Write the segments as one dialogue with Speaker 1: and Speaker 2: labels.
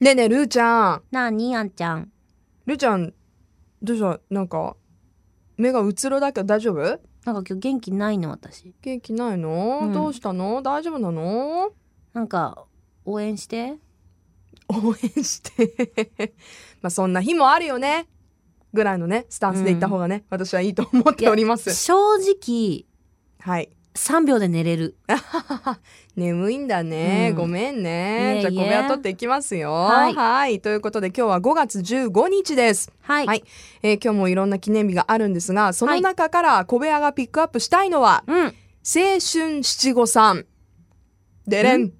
Speaker 1: ねえねえ、ルーちゃん。
Speaker 2: なあにあんちゃん
Speaker 1: ルーちゃん、どうしたなんか、目がうつろだけど大丈夫
Speaker 2: なんか今日元気ないの私
Speaker 1: 元気ないの、
Speaker 2: うん
Speaker 1: どうしたの大丈夫なの
Speaker 2: なんか応援して
Speaker 1: 応援して。 まあ、そんな日もあるよね。ぐらいのね、スタンスで行った方がね、私はいいと思っております。
Speaker 2: 正直
Speaker 1: はい。
Speaker 2: 3秒で寝れる
Speaker 1: 眠いんだね、
Speaker 2: うん
Speaker 1: ごめんね
Speaker 2: いえいえ
Speaker 1: じゃあ小部屋取っていきますよは
Speaker 2: はいい
Speaker 1: ということで今日は5月15日です、
Speaker 2: はい、
Speaker 1: はいえー今日もいろんな記念日があるんですがその中から小部屋がピックアップしたいのは、
Speaker 2: うん
Speaker 1: 青春七五三でれん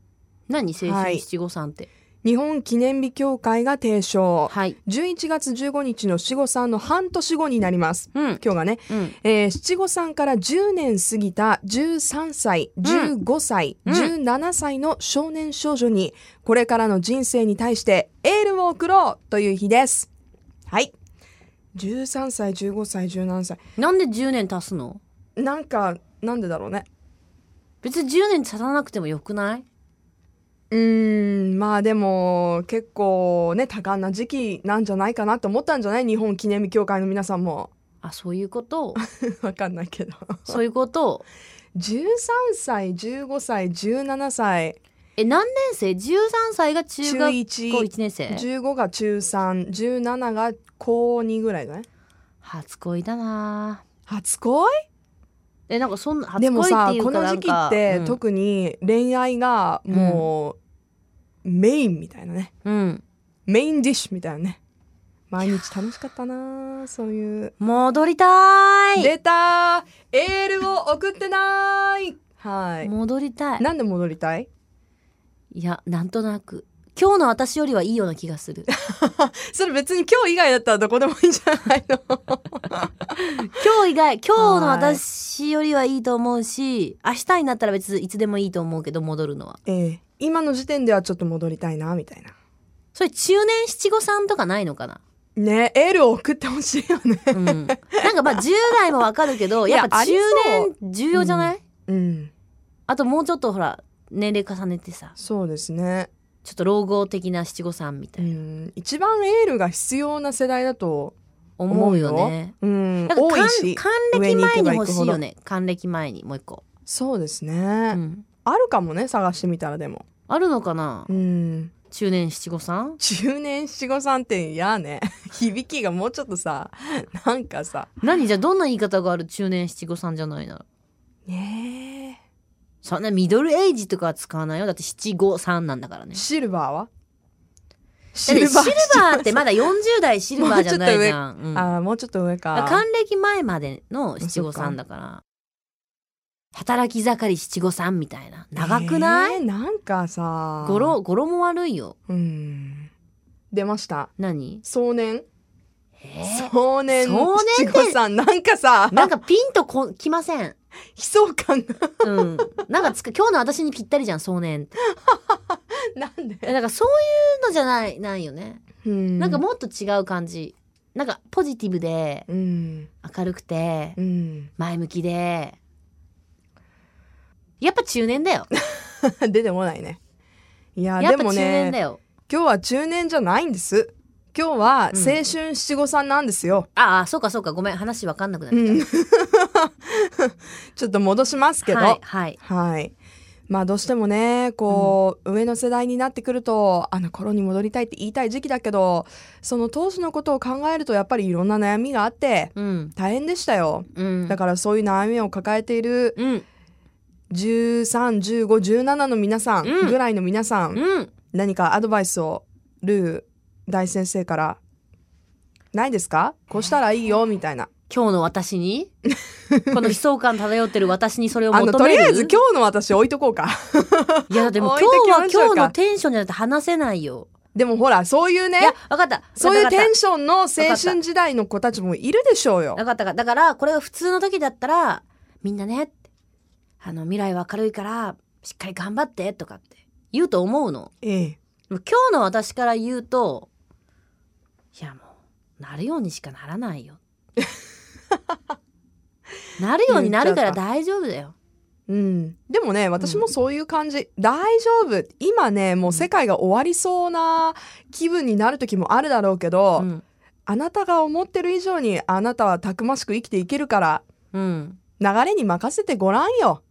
Speaker 2: 何青
Speaker 1: は
Speaker 2: 春
Speaker 1: い
Speaker 2: 七五三って
Speaker 1: 日本記念日協会が提唱
Speaker 2: はい、
Speaker 1: 11月15日の七五三の半年後になります
Speaker 2: うん
Speaker 1: 今日がね、
Speaker 2: うん
Speaker 1: えー七五三から10年過ぎた13歳
Speaker 2: ん
Speaker 1: 15歳、
Speaker 2: うん
Speaker 1: 17歳の少年少女にこれからの人生に対してエールを送ろうという日ですはい13歳15歳17歳
Speaker 2: なんで10年足すの
Speaker 1: なんかなんでだろうね
Speaker 2: 別に10年足さなくてもよくないう
Speaker 1: ーんまあでも結構ね多感な時期なんじゃないかなと思ったんじゃない日本記念日協会の皆さんも
Speaker 2: あそういう こと
Speaker 1: わかんないけど
Speaker 2: そういうこと
Speaker 1: 13歳15歳17歳
Speaker 2: え何年生13歳が中
Speaker 1: 中
Speaker 2: 学校
Speaker 1: 1
Speaker 2: 1年生
Speaker 1: 15が中317が高2ぐらいじゃない
Speaker 2: 初恋だな
Speaker 1: 初恋
Speaker 2: えなんかそんな初
Speaker 1: で
Speaker 2: 恋
Speaker 1: も
Speaker 2: っ
Speaker 1: さ
Speaker 2: てい
Speaker 1: こ
Speaker 2: うか
Speaker 1: の
Speaker 2: なん
Speaker 1: 時期
Speaker 2: か
Speaker 1: って、
Speaker 2: うん
Speaker 1: 特に恋愛がもう、メインみたいなね
Speaker 2: うん
Speaker 1: メインディッシュみたいなね毎日楽しかったなそういう
Speaker 2: 戻りたい
Speaker 1: 出たーエールを送ってないはい
Speaker 2: 戻りたい
Speaker 1: なんで戻りたい
Speaker 2: いやなんとなく今日の私よりはいいような気がする
Speaker 1: それ別に今日以外だったらどこでもいいんじゃないの
Speaker 2: 今日以外今日の私よりはいいと思うし明日になったら別にいつでもいいと思うけど戻るのは
Speaker 1: ええ今の時点ではちょっと戻りたいなみたいな
Speaker 2: それ中年七五三とかないのかな、
Speaker 1: ねエールを送ってほしいよね
Speaker 2: うん、なんかまあ10代もわかるけど
Speaker 1: いや
Speaker 2: やっぱ中
Speaker 1: あり
Speaker 2: 年重要じゃない、
Speaker 1: うん
Speaker 2: あともうちょっとほら年齢重ねてさ
Speaker 1: そうですね、
Speaker 2: ちょっと老後的な七五三みた
Speaker 1: う
Speaker 2: いな、
Speaker 1: ん、一番エールが必要な世代だと
Speaker 2: 思うよね
Speaker 1: うん
Speaker 2: なんか
Speaker 1: 多
Speaker 2: 還
Speaker 1: いし
Speaker 2: 還
Speaker 1: 上
Speaker 2: 暦前に
Speaker 1: に行けば行
Speaker 2: 欲
Speaker 1: く
Speaker 2: し
Speaker 1: ほ
Speaker 2: い
Speaker 1: ど
Speaker 2: よね還暦前にもう一個、
Speaker 1: そうですね、
Speaker 2: うん、
Speaker 1: あるかもね探してみたらでも
Speaker 2: あるのかな
Speaker 1: うん
Speaker 2: 中年七五三
Speaker 1: 中年七五三って嫌ね 響きがもうちょっとさなんかさ
Speaker 2: 何じゃあどんな言い方がある中年七五三じゃないなら
Speaker 1: ね
Speaker 2: そんなミドルエイジとかは使わないよだって七五三なんだからね
Speaker 1: えシルバーはシ
Speaker 2: だってシルバーってまだ40代シルバーじゃないじゃん、うん、だか
Speaker 1: あーもうちょっと上
Speaker 2: ら
Speaker 1: か
Speaker 2: 還暦前までの七五三だから働き盛り七五三みたいな長くない、
Speaker 1: ねえなんかさ
Speaker 2: 語呂語呂も悪いよ
Speaker 1: うん出ました
Speaker 2: 何
Speaker 1: 壮年
Speaker 2: えー
Speaker 1: 壮年
Speaker 2: 壮年
Speaker 1: 七
Speaker 2: って
Speaker 1: 五三なんかさ
Speaker 2: なんかピンとこきません。
Speaker 1: 悲壮感が
Speaker 2: うん。なんかつく今日の私にぴったりじゃん、壮年って。
Speaker 1: なんで
Speaker 2: えなんかそういうのじゃない、ないよね。
Speaker 1: うん
Speaker 2: なんかもっと違う感じ。なんかポジティブで、
Speaker 1: うん
Speaker 2: 明るくて
Speaker 1: うん、
Speaker 2: 前向きでやっぱ中年だよ
Speaker 1: 出てこないねいや
Speaker 2: やっ
Speaker 1: で
Speaker 2: ぱ
Speaker 1: も
Speaker 2: 中年だ
Speaker 1: ね
Speaker 2: よ、
Speaker 1: 今日は中年じゃないんです今日は
Speaker 2: うん
Speaker 1: 青春七五三なんですよ、
Speaker 2: ああそうかそうかごめん話わかんなくなっ
Speaker 1: う
Speaker 2: ちゃっ
Speaker 1: ん、 ちょっと戻しますけ
Speaker 2: た
Speaker 1: ど
Speaker 2: はいはい
Speaker 1: はい。まあどうしてもね、こう、上の世代になってくると、あの頃に戻りたいって言いたい時期だけど、その当時のことを考えるとやっぱりいろんな悩みがあって、
Speaker 2: うん
Speaker 1: 大変でしたよ。
Speaker 2: うん
Speaker 1: だからそういう悩みを抱えている
Speaker 2: うん
Speaker 1: 13、15、17の皆さん
Speaker 2: うん
Speaker 1: ぐらいの皆さん、
Speaker 2: うん
Speaker 1: 何かアドバイスをルー大先生からないですかこうしたらいいよみたいな。
Speaker 2: 今日の 私にこの悲壮感漂ってる私にそれを
Speaker 1: あの、
Speaker 2: 求
Speaker 1: と
Speaker 2: め
Speaker 1: り
Speaker 2: る
Speaker 1: あえず今日の私置いとこうか。
Speaker 2: いやでも
Speaker 1: 置い
Speaker 2: 今
Speaker 1: てき
Speaker 2: 日は
Speaker 1: ましょうか
Speaker 2: 今日のテンションじゃなくて話せないよ
Speaker 1: でもほら、そういうね
Speaker 2: い、やわかった
Speaker 1: そういうテ
Speaker 2: ン
Speaker 1: ンションの青春時代の子たちもいるでしょうよ
Speaker 2: わ。かったわかっただからこれが普通の時だったらみんなねあの未来は明るいからしっかり頑張ってとかって言うと思うの
Speaker 1: ええ。
Speaker 2: でも今日の私から言うといやもうなるようにしかな らないよなるようになるから大丈夫だよ
Speaker 1: うん、でもね私もそういう感じ、大丈夫今ねもう世界が終わりそうな気分になる時もあるだろうけど、
Speaker 2: うん
Speaker 1: あなたが思ってる以上にあなたはたくましく生きていけるから
Speaker 2: うん、
Speaker 1: 流れに任せてごらんよ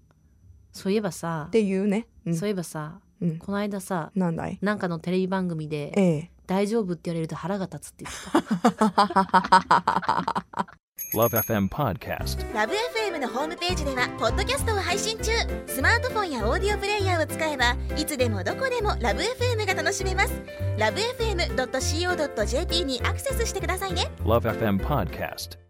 Speaker 2: そういえばさ
Speaker 1: っていうね、うん
Speaker 2: そういえばさ
Speaker 1: うん
Speaker 2: この間さ
Speaker 1: なんだい
Speaker 2: なんかのテレビ番組
Speaker 1: え
Speaker 2: で
Speaker 1: え
Speaker 2: 「大丈夫」って言われると腹が立つって言ってた
Speaker 3: Love FM Podcast.
Speaker 4: ラブ f m のホームページではポッドキャストを配信中スマートフォンやオーディオプレイヤーを使えばいつでもどこでもラブ f m が楽しめますラブ FM.co.jp にアクセスしてくださいね
Speaker 3: Love FM Podcast.